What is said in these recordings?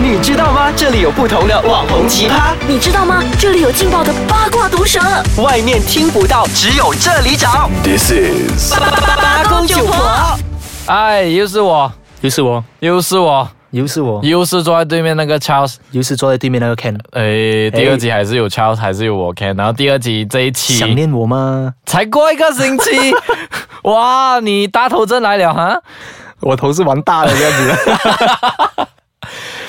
你知道吗？这里有不同的网红奇葩，你知道吗？这里有劲爆的八卦毒舌，外面听不到，只有这里找。 This is 八八八公九婆，哎，又是我，又是我，又是我，又是我，又是坐在对面那个 Charles。又是坐在对面那个 Ken，哎，第二集还是有 Charles，还是有我 Ken。然后第二集这一期想念我吗？才过一个星 期，哇，你大头针来了哈！我头是玩大了这样子。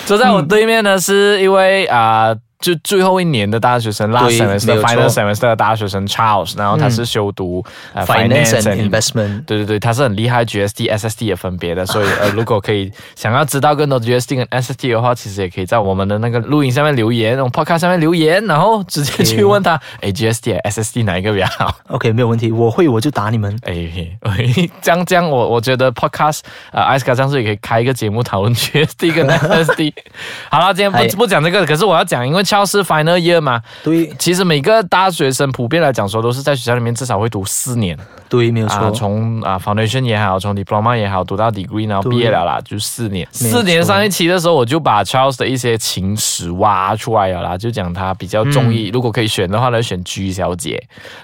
坐在我对面的是一位啊。就最后一年的大学生，last 对没 semester 有错嗯 final semester 的大学生 Charles，然后他是修读、呃 Finance and investment，对对对，他是很厉害 GSD、SSD 也分别的， 所以呃，如果可以想要知道更多 GSD 跟 SSD 的话，其实也可以在我们的那个录音下面留言，那种 podcast 下面留言，然后直接去问他，哎，GSD 还是 SSD 哪一个比较好？ OK，没有问题，我会我就打你们。哎， 喂这样这样，我我觉得 podcast 啊、呃、，Iska 上次也可以开一个节目讨论 GSD 跟 SSD。好了，今天哎不不讲这个，可是我要讲，因为超是 final year 嘛，对其实每个大学生普遍来讲说，都是在学校里面至少会读四年对，没有啊，错。从啊 foundation 也好，从 diploma 也好，读到 degree，然后对毕业了啦，就四年。没四年错上一期的时候，我就把 Charles 的一些情史挖出来了啦，就讲他比较中嗯意，如果可以选的话呢，选 G 小姐。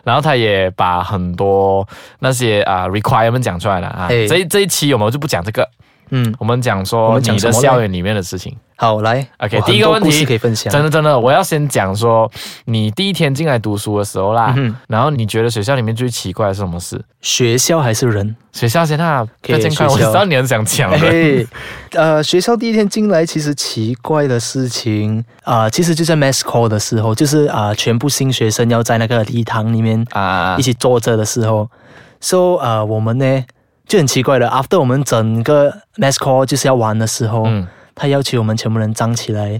然后他也把很多那些啊、requirement 讲出来了啊。哎这一这一期我们就不讲这个，嗯，我们讲我说们讲你的什么呢校园里面的事情。好，来 OK，我很第一个多问故事题可以分享。真的真的，我要先讲说，你第一天进来读书的时候啦，嗯哼然后你觉得学校里面最奇怪的是什么事？学校还是人？学校先啊，不要可以健康，我学知校道你很想讲 的。嘿，呃，学校第一天进来，其实奇怪的事情啊、其实就在 mass call 的时候，就是啊、全部新学生要在那个礼堂里面啊一，起坐着的时候，so 呃，我们呢就很奇怪的，after 我们整个 mass call 就是要玩的时候，嗯他要求我们全部人站起来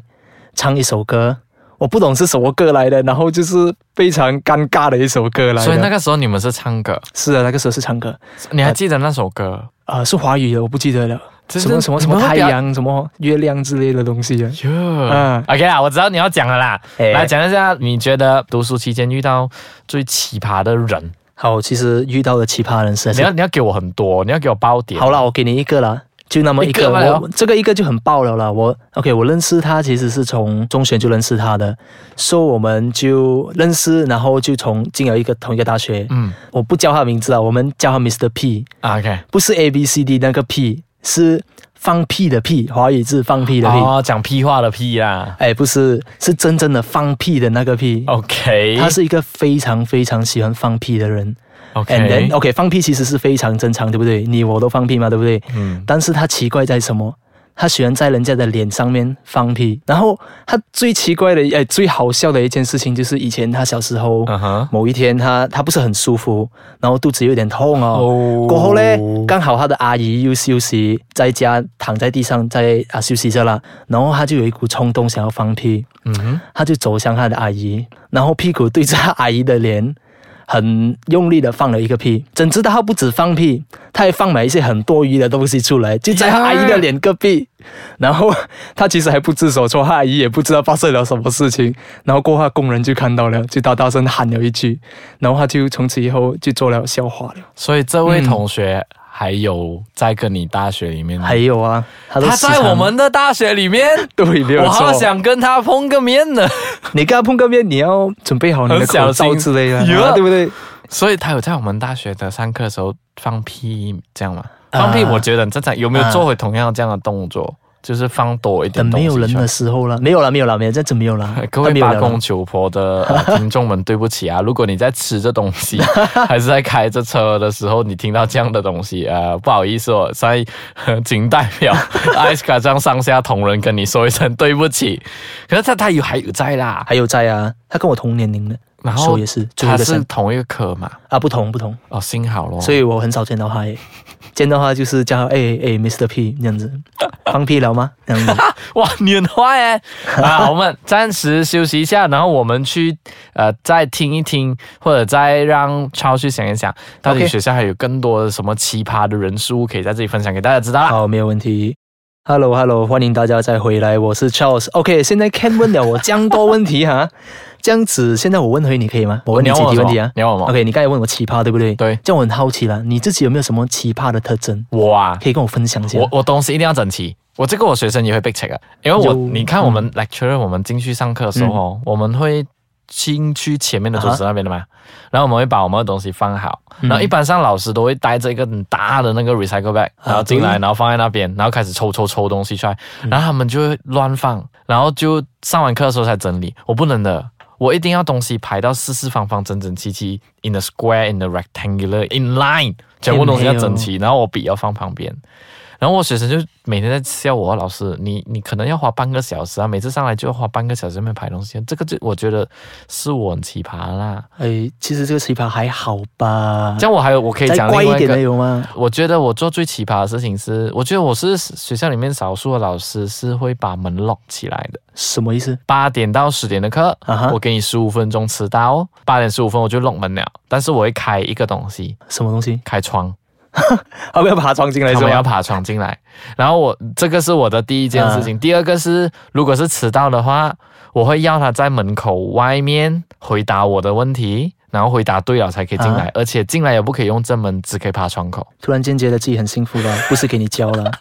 唱一首歌，我不懂是什么歌来的，然后就是非常尴尬的一首歌来的。所以那个时候你们是唱歌，是啊的，那个时候是唱歌，你还记得那首歌？啊，是华语的，我不记得了，这呃什么这什么你什们么会太不要阳、什么月亮之类的东西啊。哟嗯，OK 啦，我知道你要讲了啦。哎来讲一下，你觉得读书期间遇到最奇葩的人？好，其实遇到的奇葩人是你要你要给我很多，你要给我包点。好啦，我给你一个啦，就那么一个，一个罢哦了我这个一个就很爆了啦。我 OK，我认识他其实是从中学就认识他的，所、so, 以我们就认识，然后就从进了一个同一个大学。嗯我不叫他名字啊，我们叫他 Mr. P，啊，OK。不是 A B C D 那个 P，是放屁的屁，华语字放屁的屁。哦，讲屁话的屁啦。哎，不是，是真正的放屁的那个屁。哦 OK，他是一个非常非常喜欢放屁的人。And OK then OK，放屁其实是非常正常，对不对？你我都放屁嘛，对不对？嗯但是他奇怪在什么？他喜欢在人家的脸上面放屁。然后他最奇怪的，哎，最好笑的一件事情就是以前他小时候。嗯哼，某一天他，他不是很舒服，然后肚子有点痛哦。哦过后嘞，刚好他的阿姨又休息，在家躺在地上在啊休息着啦。然后他就有一股冲动想要放屁，嗯哼，他就走向他的阿姨，然后屁股对着他阿姨的脸，很用力的放了一个屁。怎知道他不止放屁，他还放满一些很多余的东西出来，就在他阿姨的脸隔壁。然后他其实还不知所措，他阿姨也不知道发生了什么事情。然后过后他工人就看到了，就大大声喊了一句，然后他就从此以后就做了笑话了。所以这位同学还有在跟你大学里面，还有啊，他都他时在常我们的大学里面，对没有我错好想跟他碰个面呢。你跟他碰个面，你要准备好你的很口小罩心之类的哟啊，对不对？所以他有在我们大学的上课的时候放屁这样吗？放屁，啊我觉得很正常。有没啊有做回同样这样的动作，就是放多一等点东没西有出来？哎。人的时候了，没有了，没有了，没有，这真没有 了各位没有八了公九婆的、呃 听众们，对不起啊！如果你在吃着东 西，还是在开着车的时候，你听到这样的东西，呃，不好意思哦，所以呃仅代 表艾斯卡这样上下同仁跟你说一声对不起。可是他他有还有在啦，还有在啊，他跟我同年龄的，然手后也是最后他一个是生同一个科嘛，啊，不同不同，哦，幸好咯。所以我很少见到他耶。见到他就是叫他哎哎，Mr. P 这样子，放屁了吗？这样子，哇，你很坏 哎！啊，我们暂时休息一下，然后我们去呃再听一听，或者再让超去想一想，到底 OK 学校还有更多的什么奇葩的人事物可以在这里分享给大家知道啦。好，没有问题。 Hello Hello，欢迎大家再回来，我是 Charles。OK，现在 Ken 问了我这样多问题哈， 这样子现在我问回你可以吗？我问你哦你要几题问我什问么题啊？你要问我吗 OK，你刚才问我奇葩对不对？对这样我很好奇啦，你自己有没有什么奇葩的特征？我啊，可以跟我分享一下。我我东西一定要整齐。我这个我学生也会被 check 的，因为我有嗯你看我们 lecturer 我们进去上课的时候哦，我们会进去前啊面的桌子那边的嘛，然后我们会把我们的东西放好，嗯然后一般上老师都会带着一个很大的那个 recycle bag，然后进来，啊对然后放在那边，然后开始抽抽抽东西出来，嗯然后他们就会乱放，然后就上完课的时候才整理，我不能的。我一定要东西排到四四方方、整整齐齐，in a square, in a rectangular, in line，全部东西要整齐，然后我笔要放旁边。然后我学生就每天在笑我老师，你你可能要花半个小时啊，每次上来就要花半个小时在那边排东西，这个就我觉得是我很奇葩啦。哎，其实这个奇葩还好吧？这样我还有我可以再讲怪一另外一点的个，有吗？我觉得我做最奇葩的事情是，我觉得我是学校里面少数的老师是会把门 lock 起来的。什么意思？八点到十点的课啊哈我给你十五分钟迟到，哦八点十五分我就 lock 门了，但是我会开一个东西，什么东西？开窗。要不要爬窗进来他是们吗？要爬窗进来。然后我这个是我的第一件事情，啊第二个是如果是迟到的话，我会要他在门口外面回答我的问题，然后回答对了才可以进来，啊而且进来也不可以用正门，只可以爬窗口。 突然间觉得自己很幸福了，不是给你教 了，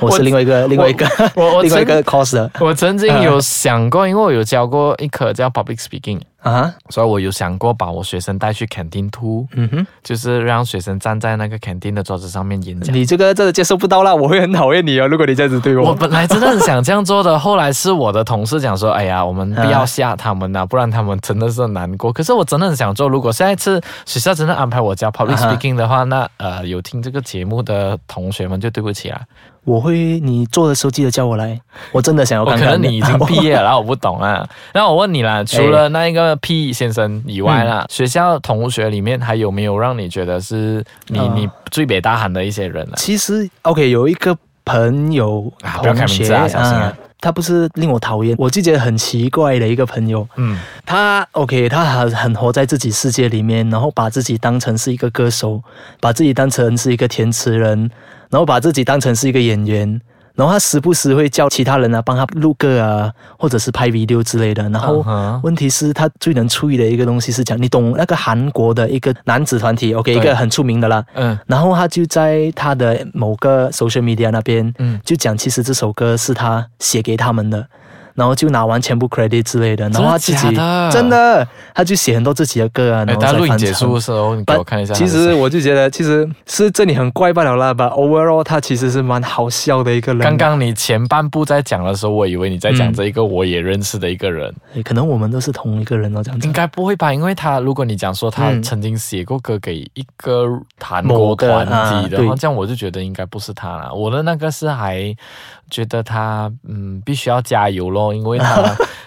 我是另外一个另外一个我我另外一个啊 cos 的 我曾经有想过，因为我有教过一科叫 public speaking，啊，所以我有想过把我学生带去 canteen two，嗯哼，就是让学生站在那个 canteen 的桌子上面演讲。你这个真的接受不到啦，我会很讨厌你哦，如果你这样子对我我。本来真的很想这样做的，后来是我的同事讲说，哎呀，我们不要吓他们呐、啊不然他们真的是很难过。可是我真的很想做，如果下一次学校真的安排我教 public 啊哈 speaking 的话，那呃，有听这个节目的同学们就对不起啦。我会，你做的时候记得叫我来，我真的想要我看哦可看。能你已 经毕业了，然后我不懂啊。那我问你啦，除了那一个 P 先生以外嗯啦，学校同学里面还有没有让你觉得是你、啊？你最北大喊的一些人啊呢其实 OK，有一个朋友啊不要开同名学字啊小心啊他不是令我讨厌，我就觉得很奇怪的一个朋友。嗯，他 OK，他很很活在自己世界里面，然后把自己当成是一个歌手，把自己当成是一个填词人，然后把自己当成是一个演员，然后他时不时会叫其他人啊帮他录歌啊，或者是拍 video 之类的。然后嗯哼问题是，他最能处理的一个东西是讲，你懂那个韩国的一个男子团体 OK，一对个很出名的啦，嗯，然后他就在他的某个 social media 那边，嗯就讲其实这首歌是他写给他们的，然后就拿完全部 credit 之类的，然后他自己真的假的真的他就写很多自己的歌啊，哎，然后大家再录影翻结唱束的。时候，你给我看一下他其是实谁。我就觉得，其实是这里很怪罢了啦。吧 overall，他其实是蛮好笑的一个人。啊刚刚你前半部在讲的时候，我以为你在嗯讲这一个我也认识的一个人，哎可能我们都是同一个人哦，这样子应。该不会吧？因为他如果你讲说他嗯曾经写过歌给一个韩国某个团体的啊话，对这样我就觉得应该不是他啦。我的那个是还觉得他嗯必须要加油咯，因 为他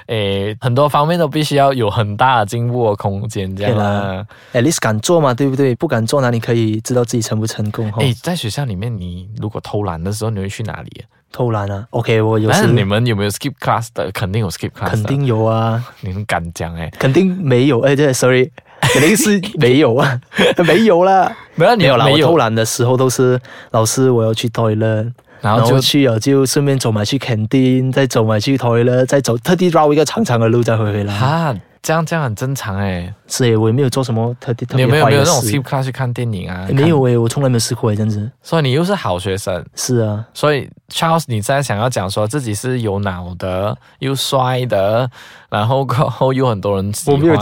诶很多方面都必须要有很大的进步的空间这样对啦。 at least 敢做嘛，对不对？不敢做哪里可以知道自己成不成功？哈，诶，在学校里面，你如果偷懒的时候，你会去哪里？偷懒啊。OK，我有但时是你们有没有 skip class 的？肯定有 skip class，的肯定有啊。你们敢讲欸诶。肯定没有，哎、对，sorry，肯定是没有啊， 没有啦，没有你没有啦。没我有偷懒的时候都是老师，我要去 toilet，然后就去了就顺便走埋去肯定，再走埋去 toilet，再走特地绕一个长长的路再回回来。啊，这样这样很正常哎。是耶，我也没有做什么特地特别你有没有坏没有的那种事 skip。class 去看电影啊？没有看，诶，我从来没有试过诶，这样子。所以你又是好学生。是啊，所以 Charles，你在想要讲说自己是有脑的，又帅的，然后过后又很多人喜欢的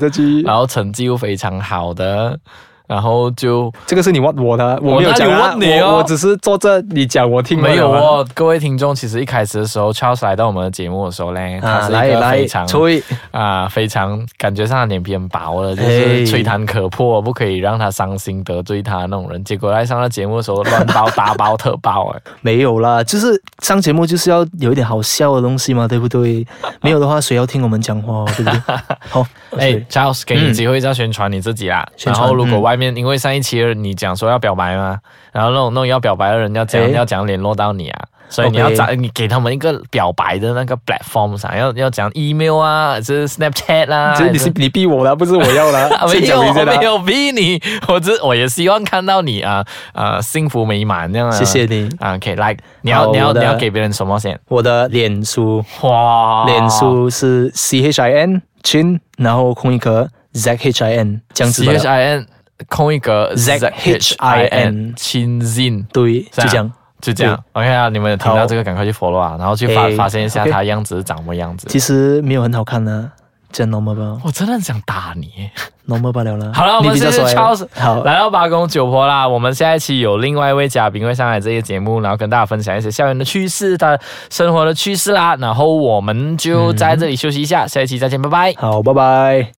耶句然后成绩又非常好的，然后就这个是你问我的，我没有讲啊我我只是坐这，你讲我听没有哦。各位听众，其实一开始的时候，Charles 来到我们的节目的时候嘞，他啊，是来一个来非，常吹，啊，非常感觉上他脸皮很薄了，就哎是吹弹可破，不可以让他伤心得罪他那种人。结果来上了节目的时候，乱包大包特包 哎、没有啦，就是上节目就是要有一点好笑的东西嘛，对不 对？没有的话，谁要听我们讲话，对不对？好，哎、哎， c h a r l e s 给你机会再宣传你自己啦。宣然传后如果嗯外面、因为上一期你讲说要表白嘛，然后那种那种要表白的人要讲、哎要讲联络到你啊，所以你要 OK 找你给他们一个表白的那个 platform 上，要要讲 email 啊，还是 Snapchat 啊，就是你还是你逼我的，不是我要 的啊。没先有，讲明我先的没。有逼你，我只我也希望看到你啊啊、幸福美满这样、啊。谢谢你啊，OK，来、你要好你要我的你要给别人什么先？我的脸书，哇，脸书是 C H I N Chin，然后空一格 Z H I N 这样子 C 吧 H。I N 空一格 Z H I N 亲 zin。对，是啊就这样。就这样，OK 啊！你们有听到好这个，赶快去 follow 啊，然后去发诶发现一下 OK 他样子是长什么样子。其实没有很好看的，这样 normal 吧我真的很想打你。 ，normal 罢了啦。好了，我你们比谢较谢帅 Charles，好，来到八公九婆啦。我们下一期有另外一位嘉宾会上来这个节目，然后跟大家分享一些校园的趣事，他的生活的趣事啦。然后我们就在这里休息一下，下一期再见，拜拜。好，拜拜。